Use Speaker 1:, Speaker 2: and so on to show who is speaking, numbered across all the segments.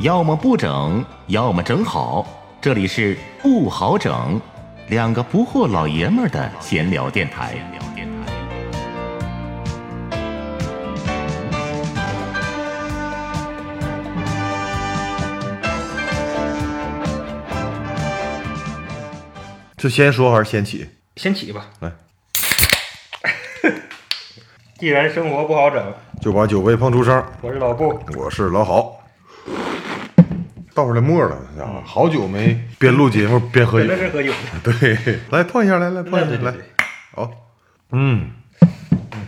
Speaker 1: 要么不整，要么整好。这里是不好整，两个不惑老爷们儿的闲聊电台。
Speaker 2: 就先说还是先起？
Speaker 3: 先起吧。
Speaker 2: 来，
Speaker 3: 既然生活不好整，
Speaker 2: 就把酒杯碰出声。
Speaker 3: 我是老布。
Speaker 2: 我是老郝，倒出来沫了，家伙，好久没边录节目边喝
Speaker 3: 真
Speaker 2: 酒
Speaker 3: 的
Speaker 2: 了。
Speaker 3: 是喝酒，
Speaker 2: 对， 来碰一下，来来碰一下，
Speaker 3: 对对
Speaker 2: 来
Speaker 3: 对，
Speaker 2: 好，嗯，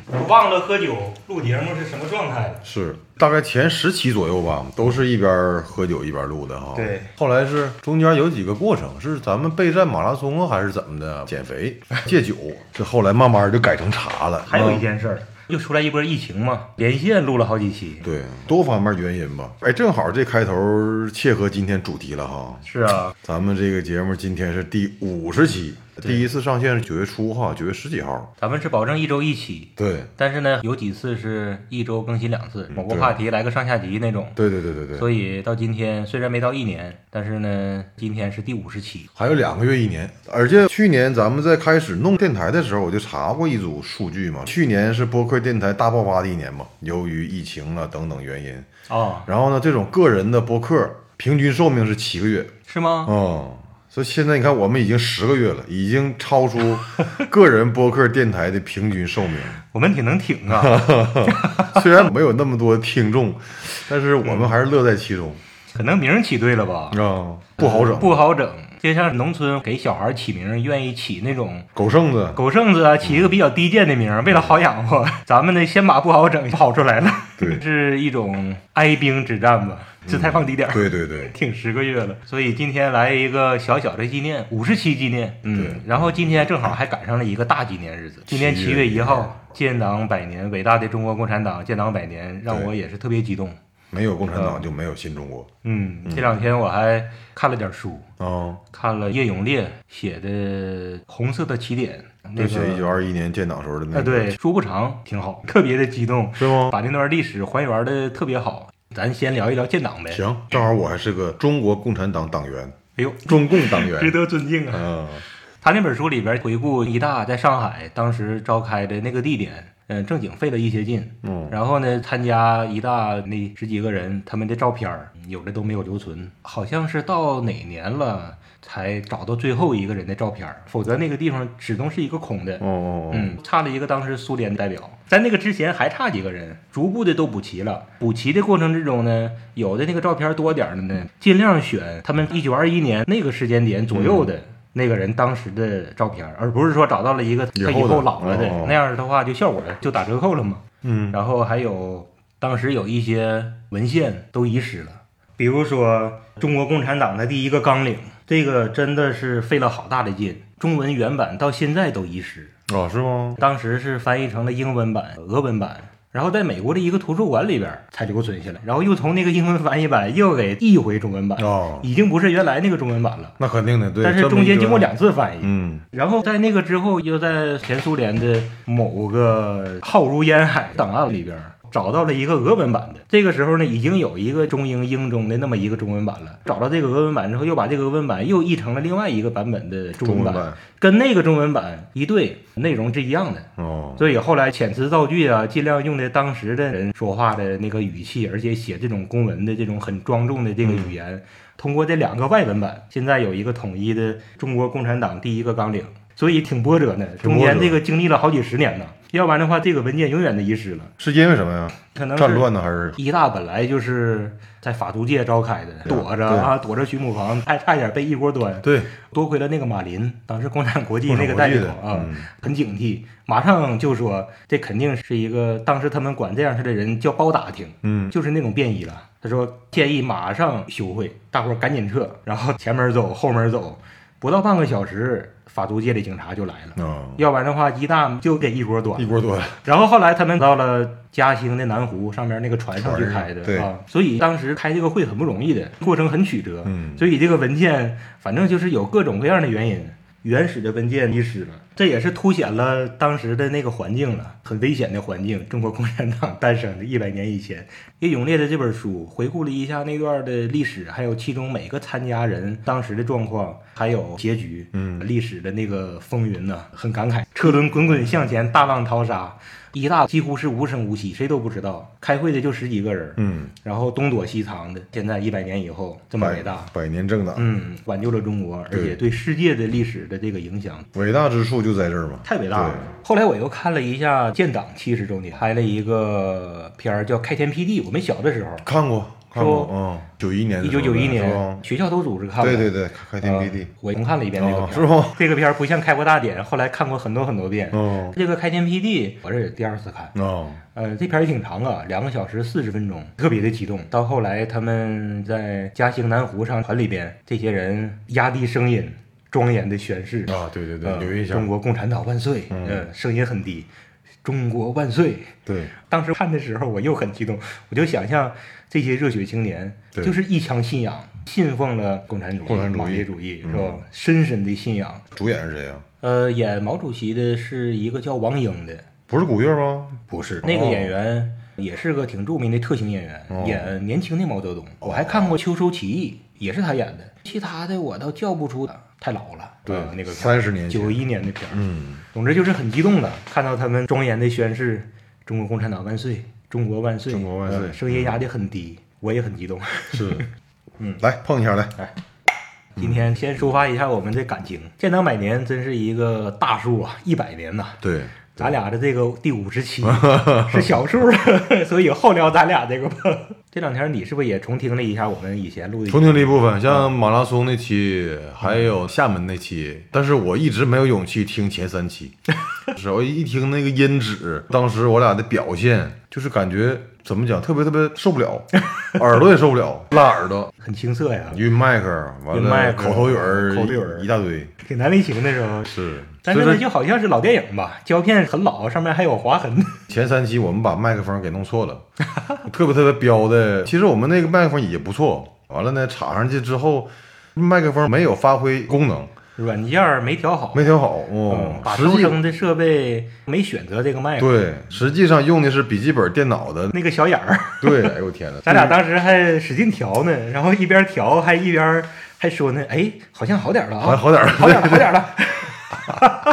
Speaker 3: 我忘了喝酒录节目是什么状态了。
Speaker 2: 是大概前十期左右吧，都是一边喝酒一边录的哈。
Speaker 3: 对，
Speaker 2: 后来是中间有几个过程，是咱们备战马拉松啊，还是怎么的？减 肥戒酒，这后来慢慢就改成茶了。
Speaker 3: 还有一
Speaker 2: 些。
Speaker 3: 件事儿，嗯又出来一波疫情嘛，连线录了好几期。
Speaker 2: 嗯对，多方面原因吧。哎，正好这开头切合今天主题了哈。
Speaker 3: 是啊，
Speaker 2: 咱们这个节目今天是第五十期，第一次上线是九月初哈，九月十几号。
Speaker 3: 咱们是保证一周一期，
Speaker 2: 对，
Speaker 3: 但是呢，有几次是一周更新两次，某个
Speaker 2: 嗯对
Speaker 3: 话题来个上下集那种。
Speaker 2: 对对对对对，
Speaker 3: 所以到今天虽然没到一年，但是呢，今天是第五十期。
Speaker 2: 还有两个月一年。而且去年咱们在开始弄电台的时候，我就查过一组数据嘛，去年是播客电台大爆发的一年嘛，由于疫情啊等等原因。
Speaker 3: 哦，
Speaker 2: 然后呢，这种个人的播客平均寿命是七个月，
Speaker 3: 是吗？
Speaker 2: 嗯，所以现在你看，我们已经十个月了，已经超出个人播客电台的平均寿命。
Speaker 3: 我们挺能 挺啊，
Speaker 2: 虽然没有那么多听众，但是我们还是乐在其中
Speaker 3: 可能名儿起对了吧？
Speaker 2: 啊，不好整。
Speaker 3: 不好整。就像农村给小孩起名，愿意起那种
Speaker 2: 狗剩子，
Speaker 3: 狗剩子啊，起一个比较低贱的名儿，为了好养活。咱们呢，先把不好整跑出来了，
Speaker 2: 对
Speaker 3: 是一种哀兵之战吧，姿态放低点儿。
Speaker 2: 嗯对对对，
Speaker 3: 挺十个月了，所以今天来一个小小的纪念，五十期纪念。
Speaker 2: 对
Speaker 3: 嗯，然后今天正好还赶上了一个大纪念日子，今天
Speaker 2: 7
Speaker 3: 七
Speaker 2: 月
Speaker 3: 月
Speaker 2: 1
Speaker 3: 一号，建党百年，伟大的中国共产党建党百年，让
Speaker 2: 对
Speaker 3: 我也是特别激动。
Speaker 2: 没有共产党就没有新中国
Speaker 3: 嗯，这两天我还看了点儿书，
Speaker 2: 啊。
Speaker 3: 看了叶永烈写的《红色的起点》，那
Speaker 2: 就写一九
Speaker 3: 个
Speaker 2: 二一年建党时候的那
Speaker 3: 哎，
Speaker 2: 个，
Speaker 3: 对，说不长，挺好，特别的激动，
Speaker 2: 是吗？
Speaker 3: 把那段历史还原的特别好。咱先聊一聊建党呗。，
Speaker 2: 行，正好我还是个中国共产党党员，
Speaker 3: 哎呦，
Speaker 2: 中共党 员
Speaker 3: 值得尊敬啊！
Speaker 2: 啊。
Speaker 3: 他那本书里边回顾一大在上海当时召开的那个地点，嗯，正经费了一些劲，
Speaker 2: 嗯，
Speaker 3: 然后呢，参加一大那十几个人他们的照片儿，有的都没有留存，好像是到哪年了才找到最后一个人的照片儿，否则那个地方始终是一个空的
Speaker 2: 哦。哦哦，
Speaker 3: 嗯，差了一个当时苏联代表，在那个之前还差几个人，逐步的都补齐了。补齐的过程之中呢，有的那个照片多点儿的呢，尽量选他们一九二一年那个时间点左右的。那个人当时的照片儿，而不是说找到了一个
Speaker 2: 以
Speaker 3: 他以
Speaker 2: 后的
Speaker 3: 后老了的
Speaker 2: 哦
Speaker 3: 那样的话，就效果就打折扣了嘛。
Speaker 2: 嗯，
Speaker 3: 然后还有当时有一些文献都遗失了，比如说中国共产党的第一个纲领，这个真的是费了好大的劲，中文原版到现在都遗失，
Speaker 2: 哦，是吗？
Speaker 3: 当时是翻译成了英文版、俄文版。然后在美国的一个图书馆里边才留存下来，然后又从那个英文翻译版又给译回中文版，
Speaker 2: 哦，
Speaker 3: 已经不是原来那个中文版了。
Speaker 2: 那肯定的，对。
Speaker 3: 但
Speaker 2: 这
Speaker 3: 是
Speaker 2: 么
Speaker 3: 中
Speaker 2: 一
Speaker 3: 间
Speaker 2: 折
Speaker 3: 经过，两次翻译，
Speaker 2: 嗯，
Speaker 3: 然后在那个之后，又在前苏联的某个浩如烟海档案里边儿找到了一个俄文版的。这个时候呢，已经有一个中英英中的那么一个中文版了。找到这个俄文版之后，又把这个俄文版又译成了另外一个版本的中
Speaker 2: 中
Speaker 3: 文
Speaker 2: 文
Speaker 3: 版，
Speaker 2: 版
Speaker 3: 跟那个中文版一对，内容是一样的。
Speaker 2: 哦，
Speaker 3: 所以后来遣词造句啊，尽量用的当时的人说话的那个语气，而且写这种公文的这种很庄重的这个语言。
Speaker 2: 嗯
Speaker 3: 通过这两个外文版，现在有一个统一的中国共产党第一个纲领，所以挺波折的。
Speaker 2: 挺波折
Speaker 3: 中间这个经历了好几十年呢，要不然的话，这个文件永远的遗失了。
Speaker 2: 是因为什么呀？
Speaker 3: 可能是
Speaker 2: 战乱呢，还是
Speaker 3: 一大本来就是在法租界召开的，
Speaker 2: 对
Speaker 3: 躲着
Speaker 2: 对
Speaker 3: 啊，躲着徐母房，还差点被一锅端。
Speaker 2: 对
Speaker 3: 多亏了那个马林，当时共产国际
Speaker 2: 共
Speaker 3: 那
Speaker 2: 产
Speaker 3: 个
Speaker 2: 国
Speaker 3: 代
Speaker 2: 际
Speaker 3: 表
Speaker 2: 的
Speaker 3: 啊，
Speaker 2: 嗯
Speaker 3: 很警惕，马上就说这肯定是一个当时他们管这样式的人叫包打听，
Speaker 2: 嗯
Speaker 3: 就是那种便衣了。他说建议马上休会，大伙儿赶紧撤，然后前门走，后门走，不到半个小时，法租界的警察就来了。
Speaker 2: 啊，
Speaker 3: 要不然的话，一大就给一锅端
Speaker 2: 一。锅端。
Speaker 3: 然后后来他们到了嘉兴的南湖上面那个船上去
Speaker 2: 船上
Speaker 3: 开的
Speaker 2: 对
Speaker 3: 啊，所以当时开这个会很不容易的，过程很曲折。
Speaker 2: 嗯
Speaker 3: 所以这个文件反正就是有各种各样的原因，原始的文件遗失了。这也是凸显了当时的那个环境了，很危险的环境。中国共产党诞生的一百年以前，叶永烈的这本书回顾了一下那段的历史，还有其中每个参加人当时的状况，还有结局，嗯，历史的那个风云呢、很感慨。车轮滚滚向前，大浪淘沙，一大几乎是无声无息，谁都不知道。开会的就十几个人，
Speaker 2: 嗯，
Speaker 3: 然后东躲西藏的。现在一百年以后，这么伟大，
Speaker 2: 百年政党，
Speaker 3: 嗯，挽救了中国，而
Speaker 2: 啊对
Speaker 3: 且对世界的历史的这个影响
Speaker 2: 伟大之处就在这儿嘛。
Speaker 3: 太伟大了。后来我又看了一下建党七十周年，拍了一个片儿叫《开天辟地》，我们小的时候，
Speaker 2: 看过，看
Speaker 3: 是
Speaker 2: 过，
Speaker 3: 不
Speaker 2: 嗯，九一年的
Speaker 3: 一
Speaker 2: 时候
Speaker 3: 九
Speaker 2: 呗，
Speaker 3: 九一
Speaker 2: 是吧
Speaker 3: 年学校都组织看了，
Speaker 2: 对对对，开开天辟地
Speaker 3: 啊，我重看了一遍这个
Speaker 2: 哦
Speaker 3: 片儿，
Speaker 2: 是吗？
Speaker 3: 这个片儿不像《开国大典》，后来看过很多很多遍。
Speaker 2: 嗯，
Speaker 3: 这个《开天辟地》，我这是第二次看，
Speaker 2: 哦，
Speaker 3: 呃，这片儿也挺长啊，两个小时四十分钟，特别的激动。到后来他们在嘉兴南湖上船里边，这些人压低声音，庄严的宣誓
Speaker 2: 啊，对对对，
Speaker 3: 呃
Speaker 2: 有印象
Speaker 3: 中，国共产党万岁，嗯、呃，声音很低，中国万岁。
Speaker 2: 对，
Speaker 3: 当时看的时候，我又很激动，我就想象这些热血青年
Speaker 2: 对
Speaker 3: 就是一腔信仰，信奉了共产主义、
Speaker 2: 共产主义嗯
Speaker 3: 马列主义，是吧？深深的信仰。
Speaker 2: 主演是谁啊？
Speaker 3: 呃，演毛主席的是一个叫王英的，
Speaker 2: 不是古月吗？
Speaker 3: 不是那个演员，也是个挺著名的特型演员，
Speaker 2: 哦
Speaker 3: 演年轻的毛泽东。我还看过《秋收起义》，也是他演的。其他的我倒叫不出，太老了。
Speaker 2: 对
Speaker 3: 呃那个
Speaker 2: 30年前
Speaker 3: 九一年的片儿。
Speaker 2: 嗯，
Speaker 3: 总之就是很激动的，看到他们庄严的宣誓“中国共产党万岁，中国万岁，
Speaker 2: 中国万岁嗯
Speaker 3: 呃声音压得很低，我也很激动。
Speaker 2: 是，嗯，来碰一下来，
Speaker 3: 今天先抒发一下我们的感情，建党百年真是一个大数 啊，一百年呐、
Speaker 2: 对，
Speaker 3: 咱俩的这个第五 十期是小数了， 所以后聊咱俩这个吧。这两天你是不是也重听了一下我们以前录的？
Speaker 2: 重听了一部分，像
Speaker 3: 嗯
Speaker 2: 马拉松那期，还有厦门那期，但是我一直没有勇气听前三 期，是我一听那个音质，当时我俩的表现就是感觉怎么讲，特别特别受不 了，耳朵也受不了，辣耳朵，
Speaker 3: 很青涩呀，
Speaker 2: 晕麦克，完
Speaker 3: 晕麦
Speaker 2: 了
Speaker 3: 克
Speaker 2: 口头语儿，
Speaker 3: 口头语儿
Speaker 2: 一大堆，
Speaker 3: 挺难为情的时候。
Speaker 2: 是，
Speaker 3: 但
Speaker 2: 所
Speaker 3: 是
Speaker 2: 以
Speaker 3: 呢，
Speaker 2: 说
Speaker 3: 就好像是老电影吧，胶片很老，上面还有划痕。
Speaker 2: 前三期我们把麦克风给弄错了，特别特别标的。其实我们那个麦克风也不错，完了呢插上去之后，麦克风没有发挥功能，
Speaker 3: 软件儿没调好，
Speaker 2: 没调好。
Speaker 3: 嗯
Speaker 2: 哦，，
Speaker 3: 把
Speaker 2: 实
Speaker 3: 收
Speaker 2: 际
Speaker 3: 声的设备没选择这个麦克，
Speaker 2: 对，实际上用的是笔记本电脑的。
Speaker 3: 那个小眼儿，
Speaker 2: 对，哎呦我 天呐，
Speaker 3: 咱俩当时还使劲调呢，然后一边调还一边还说呢，哎，好像好点儿了
Speaker 2: 好
Speaker 3: 啊，
Speaker 2: 好点儿
Speaker 3: 好点儿了，好点儿了。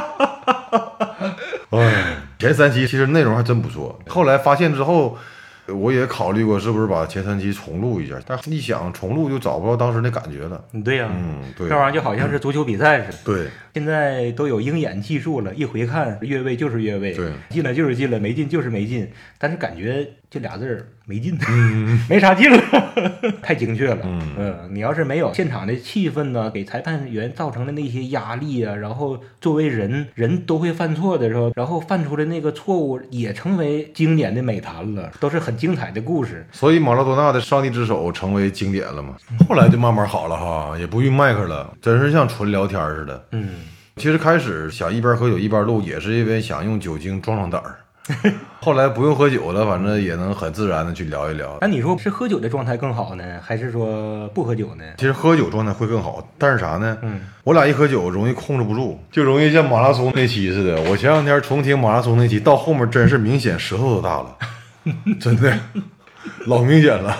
Speaker 2: 哎，前三期其实内容还真不错。后来发现之后，呃我也考虑过是不是把前三期重录一下，但一想重录就找不到当时那感觉了。
Speaker 3: 嗯对呀，
Speaker 2: 嗯，对
Speaker 3: 这，玩意儿就好像是足球比赛似的。
Speaker 2: 对，
Speaker 3: 现在都有鹰眼技术了，一回看越位就是越位，
Speaker 2: 对
Speaker 3: 进了就是进了，没进就是没进。但是感觉就俩字儿没 进， 没啥劲了， 太精确了。
Speaker 2: 嗯
Speaker 3: 你要是没有现场的气氛呢，给裁判员造成的那些压力啊，然后作为人人都会犯错的时候，然后犯出的那个错误也成为经典的美谈了，都是很精彩的故事。
Speaker 2: 所以马拉多纳的《上帝之手》成为经典了嘛？
Speaker 3: 嗯
Speaker 2: 后来就慢慢好了哈，也不用麦克了，真是像纯聊天似的。
Speaker 3: 嗯，
Speaker 2: 其实开始想一边喝酒一边录，也是因为想用酒精壮壮胆 儿。后来不用喝酒了，反正也能很自然的去聊一聊
Speaker 3: 那。你说是喝酒的状态更好呢，还是说不喝酒呢？
Speaker 2: 其实喝酒状态会更好，但是啥呢？
Speaker 3: 嗯，
Speaker 2: 我俩一喝酒容易控制不住，就容易像马拉松那期似的。我前两天重听马拉松那期，到后面真是明显舌头都大 了，真的老明显了。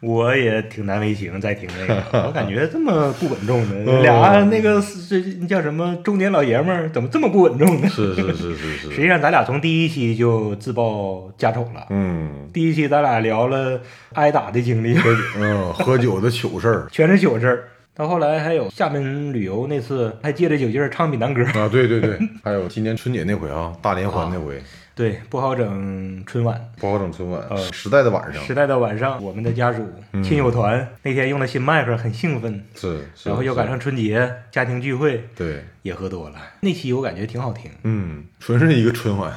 Speaker 3: 我也挺难为情，在听这 个，我感觉这么不稳重
Speaker 2: 嗯
Speaker 3: 呢，俩那个这这叫什么中年老爷们儿，怎么这么不稳重呢？
Speaker 2: 是是是是是
Speaker 3: 实，际上，咱俩从第一期就自曝家丑了。
Speaker 2: 嗯。
Speaker 3: 第一期咱俩聊了挨打的经历，
Speaker 2: 嗯，喝酒的糗事儿
Speaker 3: 全是酒事儿。到后来还有厦门旅游那次，还借着酒劲儿唱闽南歌。
Speaker 2: 啊，对对 对，还有今年春节那回啊，啊大联欢那回，
Speaker 3: 对，不好整春晚，
Speaker 2: 包括整春晚，时代的晚上
Speaker 3: 时代的晚上，我们的家属
Speaker 2: 嗯
Speaker 3: 亲友团那天用了新麦克，很兴奋。
Speaker 2: 是，是
Speaker 3: 然后又赶上春节家庭聚会，
Speaker 2: 是对，
Speaker 3: 也喝多了。那期我感觉挺好听，
Speaker 2: 嗯，纯是一个春 晚，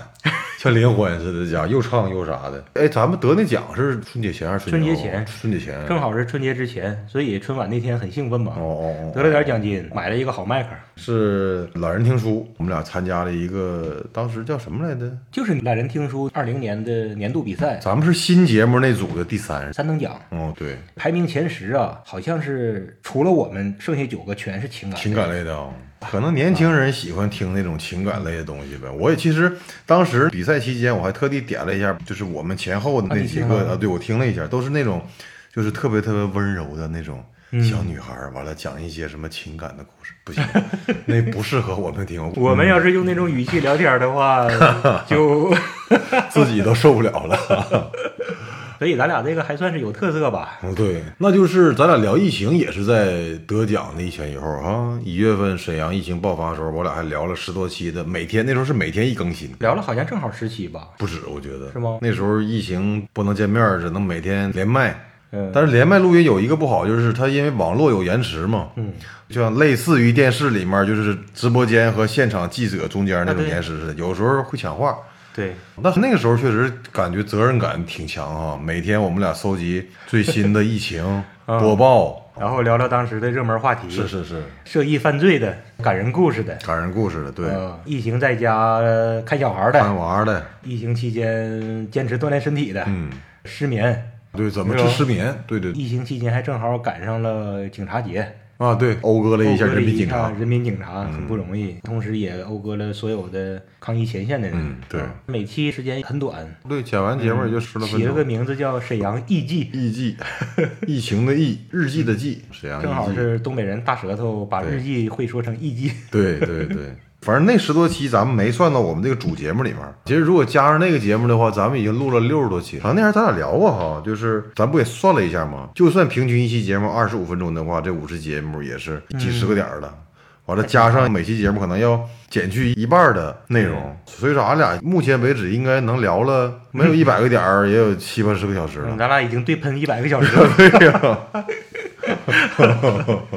Speaker 2: 像联欢似的，家又唱又啥的。哎，咱们得那奖是春节前还是
Speaker 3: 春
Speaker 2: 节
Speaker 3: 节
Speaker 2: 后
Speaker 3: 前
Speaker 2: 春节前，
Speaker 3: 正好是春节之前，所以春晚那天很兴奋嘛，
Speaker 2: 哦哦哦，
Speaker 3: 得了点奖金，买了一个好麦克，
Speaker 2: 是懒人听书，我们俩参加了一个当时叫什么来着？
Speaker 3: 就是懒人听书二零年的年度比赛
Speaker 2: 咱们是新节目那组的第三。
Speaker 3: 三等奖，
Speaker 2: 哦，对，
Speaker 3: 排名前十啊，好像是除了我们，剩下九个全是情感类
Speaker 2: 情感类的啊、可能年轻人喜欢听那种情感类的东西呗。我也其实当时比赛期间，我还特地点了一下，就是我们前后的那几
Speaker 3: 啊你听
Speaker 2: 个
Speaker 3: 了
Speaker 2: 啊，对我听了一下，都是那种就是特别特别温柔的那种
Speaker 3: 嗯
Speaker 2: 小女孩儿，完了讲一些什么情感的故事，不 行，那不适合我们听。
Speaker 3: 我们要是用那种语气聊天的话，
Speaker 2: 嗯
Speaker 3: 就
Speaker 2: 自己都受不了了。
Speaker 3: 所以咱俩这个还算是有特色吧。
Speaker 2: 嗯，对，那就是咱俩聊疫情也是在得奖的一前一后啊。一月份沈阳疫情爆发的时候，我俩还聊了十多期的，每天那时候是每天一更新。
Speaker 3: 聊了好像正好十期吧，
Speaker 2: 不止，我觉得
Speaker 3: 是吗
Speaker 2: 那时候疫情不能见面儿，只能每天连麦。
Speaker 3: 嗯，
Speaker 2: 但是连麦录音有一个不好，就是它因为网络有延迟嘛，
Speaker 3: 嗯，
Speaker 2: 就像类似于电视里面就是直播间和现场记者中间那种
Speaker 3: 啊对
Speaker 2: 延迟似的，有时候会抢话。
Speaker 3: 对，
Speaker 2: 那那个时候确实感觉责任感挺强啊，每天我们俩搜集最新的疫情
Speaker 3: 啊嗯
Speaker 2: 播报，
Speaker 3: 然后聊聊当时的热门话题，
Speaker 2: 是是是，
Speaker 3: 涉疫犯罪的、感人故事的，
Speaker 2: 感人故事的，对，
Speaker 3: 呃，疫情在家呃看小孩
Speaker 2: 看
Speaker 3: 的，
Speaker 2: 娃儿的，
Speaker 3: 疫情期间坚持锻炼身体的，
Speaker 2: 嗯，
Speaker 3: 失眠，
Speaker 2: 对，怎么
Speaker 3: 是
Speaker 2: 治
Speaker 3: 吧
Speaker 2: 失眠？对对
Speaker 3: 疫情期间还正好赶上了警察节，
Speaker 2: 啊，对，讴歌了一下人民警察，嗯
Speaker 3: 人民警察很不容易，同时也讴歌了所有的抗疫前线的人。
Speaker 2: 嗯对
Speaker 3: 每期时间很短，
Speaker 2: 对，剪完节目也就十来分
Speaker 3: 起嗯了个
Speaker 2: 钟。嗯
Speaker 3: 名字叫《沈阳艺记
Speaker 2: 艺记， 疫情的疫，日记的记，沈》，阳
Speaker 3: 嗯正好
Speaker 2: 艺记。
Speaker 3: 是东北人大舌头把
Speaker 2: 对
Speaker 3: 日记会说成艺记。
Speaker 2: 对对对，反正那十多期咱们没算到我们这个主节目里面。其实如果加上那个节目的话，咱们已经录了六十多期。好像那天咱俩聊过哈，就是咱不也算了一下吗？就算平均一期节目二十五分钟的话，这五十节目也是几十个点
Speaker 3: 嗯
Speaker 2: 儿了。完了，加上每期节目可能要减去一半儿的内
Speaker 3: 嗯
Speaker 2: 容，所以说俺俩目前为止应该能聊了没有一百个点儿，也有七八十个小时了。
Speaker 3: 咱俩已经对喷一百个小时了，
Speaker 2: 对呀、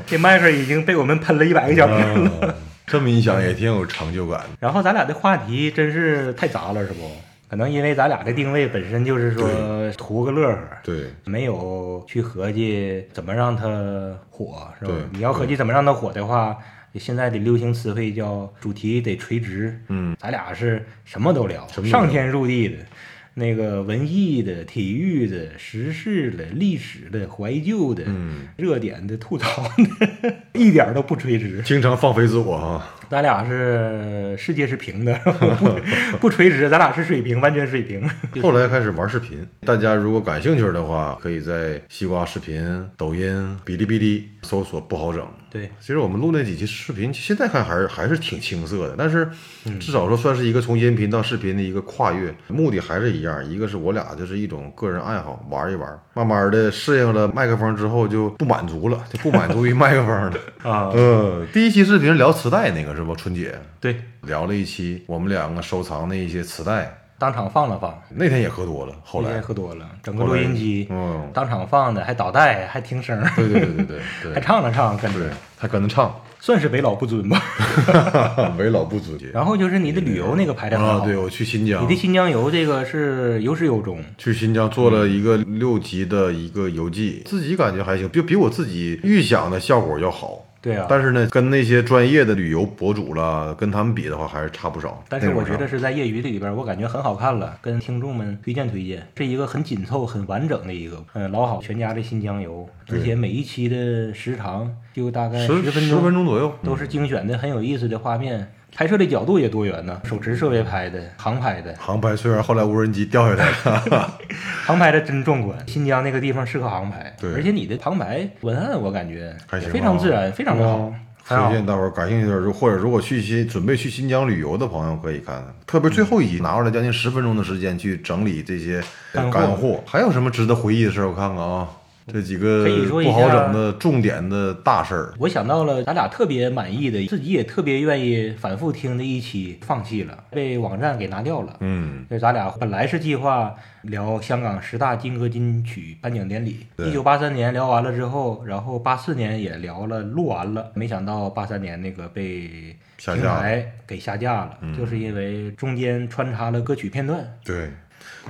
Speaker 3: 这麦克已经被我们喷了一百个小时。
Speaker 2: 嗯这么一想也挺有成就感的。
Speaker 3: 然后咱俩的话题真是太杂了，是不？可能因为咱俩的定位本身就是说图个乐呵，
Speaker 2: 对，
Speaker 3: 没有去合计怎么让它火，是吧
Speaker 2: 对？
Speaker 3: 你要合计怎么让它火的话，现在的流行词汇叫主题得垂直。
Speaker 2: 嗯，
Speaker 3: 咱俩是什么都聊，
Speaker 2: 什么都聊
Speaker 3: 上天入地的，那个文艺的、体育的、时事的、历史的、怀旧的，
Speaker 2: 嗯，
Speaker 3: 热点的、吐槽的， 一点儿都不垂直。
Speaker 2: 经常放飞自我哈。
Speaker 3: 咱俩是世界是平的， 不不垂直，咱俩是水平，完全水平。
Speaker 2: 后来开始玩视频，大家如果感兴趣的话，可以在西瓜视频、抖音、哔哩哔哩搜索“不好整”。
Speaker 3: 对，
Speaker 2: 其实我们录那几期视频，现在看还是还是挺青涩的，但是
Speaker 3: 嗯
Speaker 2: 至少说算是一个从音频到视频的一个跨越，目的还是一样，一个是我俩就是一种个人爱好，玩一玩，慢慢的适应了麦克风之后就不满足了，就不满足于麦克风了。
Speaker 3: 啊，
Speaker 2: 嗯，第一期视频聊磁带那个是吧？春姐
Speaker 3: 对，
Speaker 2: 聊了一期我们两个收藏的一些磁带，
Speaker 3: 当场放了放，
Speaker 2: 那天也喝多了，后
Speaker 3: 那天
Speaker 2: 来
Speaker 3: 喝多了，整个录音机
Speaker 2: 嗯，
Speaker 3: 当场放的，还导带，还听声儿，
Speaker 2: 对对对对对
Speaker 3: 还
Speaker 2: 对
Speaker 3: 唱了唱，跟
Speaker 2: 对
Speaker 3: 着，
Speaker 2: 还跟着唱，
Speaker 3: 算是为老 不尊吧。
Speaker 2: 为老不尊。
Speaker 3: 然后就是你的旅游那个排的很
Speaker 2: 啊，
Speaker 3: 好，
Speaker 2: 对我去新疆
Speaker 3: 你的，新疆游这个是有始有终，
Speaker 2: 去新疆做了一个
Speaker 3: 嗯
Speaker 2: 六集的一个游记，自己感觉还行，就比我自己预想的效果要好。
Speaker 3: 对啊。
Speaker 2: 但是呢，跟那些专业的旅游博主啦，跟他们比的话，还是差不少。
Speaker 3: 但是
Speaker 2: 内
Speaker 3: 我
Speaker 2: 容上
Speaker 3: 觉得是在业余里边，我感觉很好看了，跟听众们推荐推荐，是一个很紧凑、很完整的一个，嗯，老好全家的新疆游，而且每一期的时长就大概
Speaker 2: 十
Speaker 3: 分
Speaker 2: 十
Speaker 3: 钟，
Speaker 2: 分钟左右，
Speaker 3: 都是精选的很有意思的画面，拍摄的角度也多元呢，手持设备拍的、航拍的，
Speaker 2: 航拍虽然后来无人机掉下来了，
Speaker 3: 航拍的真壮观。新疆那个地方适合航拍，
Speaker 2: 对
Speaker 3: 而且你的航拍文案我感觉
Speaker 2: 还行啊
Speaker 3: 也
Speaker 2: 吧
Speaker 3: 非常自然，非常的
Speaker 2: 哦
Speaker 3: 好，很
Speaker 2: 推
Speaker 3: 好。
Speaker 2: 荐大伙儿感兴趣的，如或者如果去新准备去新疆旅游的朋友可以看看，特别最后一集拿出来将近十分钟的时间去整理这些
Speaker 3: 干
Speaker 2: 呃
Speaker 3: 货
Speaker 2: 干货，还有什么值得回忆的事儿？我看看啊，这几个
Speaker 3: 可以说一
Speaker 2: 不
Speaker 3: 下
Speaker 2: 好整的重点的大事儿。
Speaker 3: 我想到了咱俩特别满意的，自己也特别愿意反复听的一期，放弃了，被网站给拿掉了。
Speaker 2: 嗯，
Speaker 3: 这咱俩本来是计划聊香港十大金歌金曲颁奖典礼，
Speaker 2: 对
Speaker 3: 一九八三年聊完了之后，然后八四年也聊了，录完了，没想到八三年那个被
Speaker 2: 下
Speaker 3: 平
Speaker 2: 架嗯
Speaker 3: 台给下架了，就是因为中间穿插了歌曲片段。
Speaker 2: 对。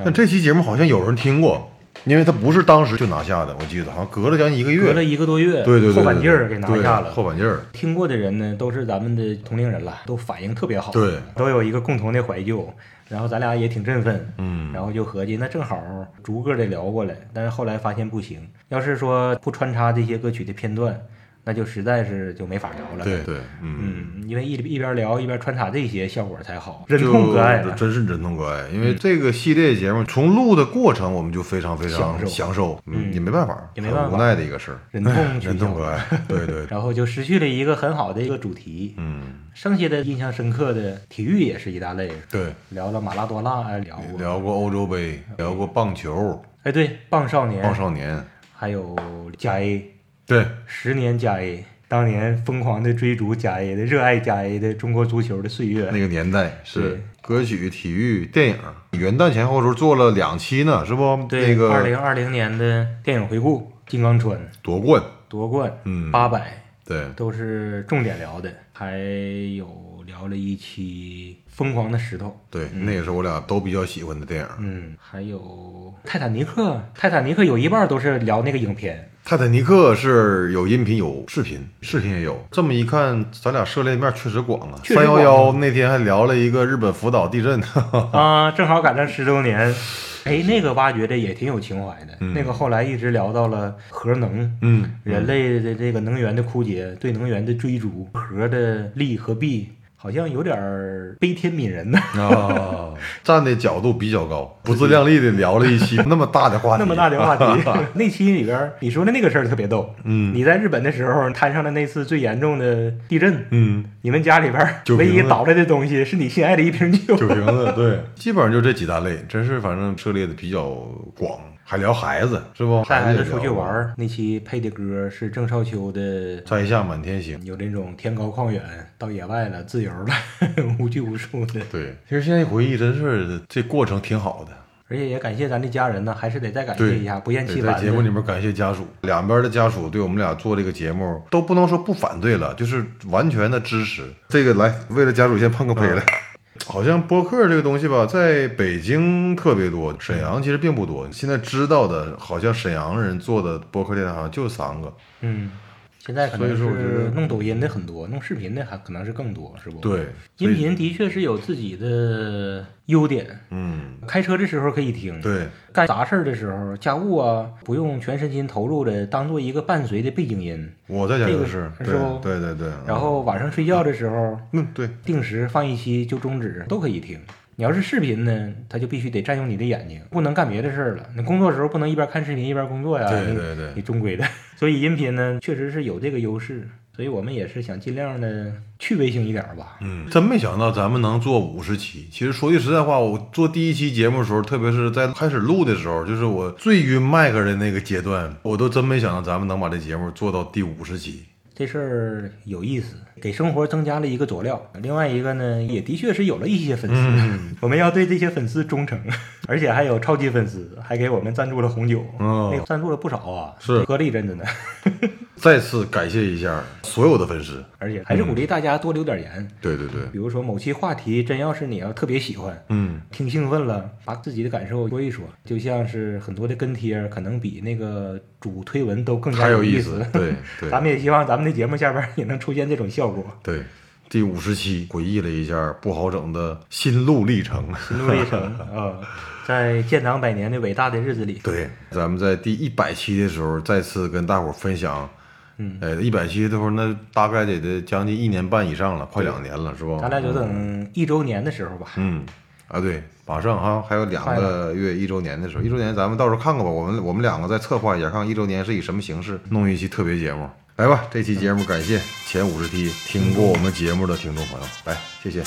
Speaker 2: 那这期节目好像有人听过，因为他不是当时就拿下的，我记得好像隔了将近一个月，
Speaker 3: 隔了一个多月，
Speaker 2: 对对对对
Speaker 3: 后半截儿给拿
Speaker 2: 对
Speaker 3: 下了。
Speaker 2: 后半截儿。
Speaker 3: 听过的人呢，都是咱们的同龄人了，都反应特别好，
Speaker 2: 对，
Speaker 3: 都有一个共同的怀旧，然后咱俩也挺振奋，
Speaker 2: 嗯
Speaker 3: 然后就合计那正好逐个的聊过来，但是后来发现不行，要是说不穿插这些歌曲的片段，那就实在是就没法聊了，
Speaker 2: 对，对，嗯，
Speaker 3: 嗯，因为一一边聊一边穿插这些，效果才好，
Speaker 2: 就
Speaker 3: 忍痛割爱啊嗯了。
Speaker 2: 真是忍痛割爱。因为这个系列节目从录的过程，我们就非常非
Speaker 3: 享
Speaker 2: 常
Speaker 3: 受
Speaker 2: 享受，嗯，也没办法，
Speaker 3: 也没办法
Speaker 2: 很无奈的一个事儿，
Speaker 3: 忍痛
Speaker 2: 哎
Speaker 3: 取
Speaker 2: 忍痛
Speaker 3: 消
Speaker 2: 割爱， 对对，
Speaker 3: 然后就失去了一个很好的一个主题，
Speaker 2: 嗯，
Speaker 3: 剩下的印象深刻的体育也是一大类，
Speaker 2: 对，
Speaker 3: 聊了马拉多纳，哎，聊过，
Speaker 2: 聊过欧洲杯，聊过棒球，
Speaker 3: 哎，对，棒少年，
Speaker 2: 棒少年，
Speaker 3: 还有加 A，
Speaker 2: 对，
Speaker 3: 十年加 A，当年疯狂的追逐加 A 的热爱加 A 的中国足球的岁月，
Speaker 2: 那个年代是
Speaker 3: 对
Speaker 2: 歌曲、体育、电影。元旦前后时候做了两期呢，是不？
Speaker 3: 对，
Speaker 2: 那
Speaker 3: 二
Speaker 2: 个
Speaker 3: 零二零年的电影回顾，金刚川
Speaker 2: 夺冠，
Speaker 3: 夺冠，
Speaker 2: 嗯
Speaker 3: 八百
Speaker 2: 对
Speaker 3: 都是重点聊的，还有聊了一期疯狂的石头。
Speaker 2: 对，那个是我俩都比较喜欢的电影。
Speaker 3: 嗯，还有《泰坦尼克》，《泰坦尼克》有一半都是聊那个影片，
Speaker 2: 泰坦尼克是有音频有视频，视频也有。这么一看，咱俩涉猎面确实广啊。
Speaker 3: 确
Speaker 2: 三
Speaker 3: 实
Speaker 2: 幺
Speaker 3: 广
Speaker 2: 幺那天还聊了一个日本福岛地震， 哈哈
Speaker 3: 啊，正好赶上十周年，哎，那个挖掘的也挺有情怀的。那个后来一直聊到了核能，
Speaker 2: 嗯，
Speaker 3: 人类的这个能源的枯竭，对能源的追逐，核的利和弊，好像有点儿悲天悯人呢。
Speaker 2: 啊，站的角度比较 高，不自量力的聊了一期那么大的话题，
Speaker 3: 那么大的话题， 那期里边儿你说的那个事儿特别逗。
Speaker 2: 嗯
Speaker 3: 你在日本的时候摊上了那次最严重的地震，
Speaker 2: 嗯，
Speaker 3: 你们家里边儿
Speaker 2: 酒瓶
Speaker 3: 唯一
Speaker 2: 子
Speaker 3: 倒来的东西是你心爱的一瓶酒。
Speaker 2: 酒瓶子，对，基本上就这几大类，真是反正涉猎的比较广，还聊孩子是不？
Speaker 3: 带孩
Speaker 2: 也
Speaker 3: 子
Speaker 2: 聊啊
Speaker 3: 出去玩，儿，那期配的歌是郑少秋的
Speaker 2: 摘下满天星。
Speaker 3: 有这种天高旷远，到野外了，自由了， 无拘无束的，
Speaker 2: 对，其实现在回忆真是这过程挺好的。
Speaker 3: 而且也感谢咱的家人呢，还是得再感谢
Speaker 2: 对
Speaker 3: 一下，不厌
Speaker 2: 对
Speaker 3: 其
Speaker 2: 在
Speaker 3: 烦
Speaker 2: 节目里
Speaker 3: 的。
Speaker 2: 面感谢家属，两边的家属对我们俩做这个节目都不能说不反对了，就是完全的支持。这个来，为了家属先碰个杯
Speaker 3: 嗯
Speaker 2: 来。好像播客这个东西吧，在北京特别多，沈阳其实并不多。现在知道的，好像沈阳人做的播客电台好像就三个。
Speaker 3: 嗯，现在可能
Speaker 2: 所以说我觉
Speaker 3: 是
Speaker 2: 得
Speaker 3: 弄抖音的很多，弄视频的还可能是更多，是不？，
Speaker 2: 对，所
Speaker 3: 音
Speaker 2: 以
Speaker 3: 频的确是有自己的优点，
Speaker 2: 嗯，
Speaker 3: 开车的时候可以听，
Speaker 2: 对，
Speaker 3: 干杂事儿的时候，家务啊，不用全身心投入的，当做一个伴随的背景音。
Speaker 2: 我在家
Speaker 3: 这
Speaker 2: 就
Speaker 3: 个
Speaker 2: 是，
Speaker 3: 是
Speaker 2: 对
Speaker 3: 不
Speaker 2: 对对对。嗯
Speaker 3: 然后晚上睡觉的时候，
Speaker 2: 嗯，对，
Speaker 3: 定时放一期就终止，都可以听。你要是视频呢，它就必须得占用你的眼睛，不能干别的事儿了。你工作的时候不能一边看视频一边工作呀，
Speaker 2: 对
Speaker 3: 你
Speaker 2: 对对
Speaker 3: 你终归的。 所以音频呢，确实是有这个优势，所以我们也是想尽量的趣味性一点儿吧。
Speaker 2: 嗯，真没想到咱们能做五十期。其实说句实在话，我做第一期节目的时候，特别是在开始录的时候，就是我最晕麦克的那个阶段，我都真没想到咱们能把这节目做到第五十期。
Speaker 3: 这事儿有意思，给生活增加了一个佐料。另外一个呢，也的确是有了一些粉丝，
Speaker 2: 嗯
Speaker 3: 我们要对这些粉丝忠诚，而且还有超级粉丝，还给我们赞助了红酒，
Speaker 2: 哦
Speaker 3: 那赞助了不少啊，
Speaker 2: 是
Speaker 3: 喝了一阵子呢。
Speaker 2: 再次感谢一下所有的粉丝。
Speaker 3: 而且还是
Speaker 2: 嗯
Speaker 3: 鼓励大家多留点言，
Speaker 2: 对对对，
Speaker 3: 比如说某期话题，真要是你要特别喜欢，
Speaker 2: 嗯，
Speaker 3: 挺兴奋了，把自己的感受说一说，就像是很多的跟贴儿，可能比那个主推文都更加
Speaker 2: 还有
Speaker 3: 意
Speaker 2: 意思。 对对
Speaker 3: 咱们也希望咱们的节目下边也能出现这种效果。
Speaker 2: 对，第五十期回忆了一下不好整的心路历程。
Speaker 3: 心路历程啊、呃在建党百年的伟大的日子里，
Speaker 2: 对，咱们在第一百期的时候，再次跟大伙儿分享。嗯，哎，一百期的时候，那大概得得将近一年半以上了，快两年了，是不？
Speaker 3: 咱俩就等一周年的时候吧。
Speaker 2: 嗯，啊对，马上哈，还有两个月一周年的时候，一周年咱们到时候看看吧，我们我们两个再策划一下，看看一周年是以什么形式弄一期特别节目。来吧，这期节目感谢前五十期听过我们节目的听众朋友，来，谢谢。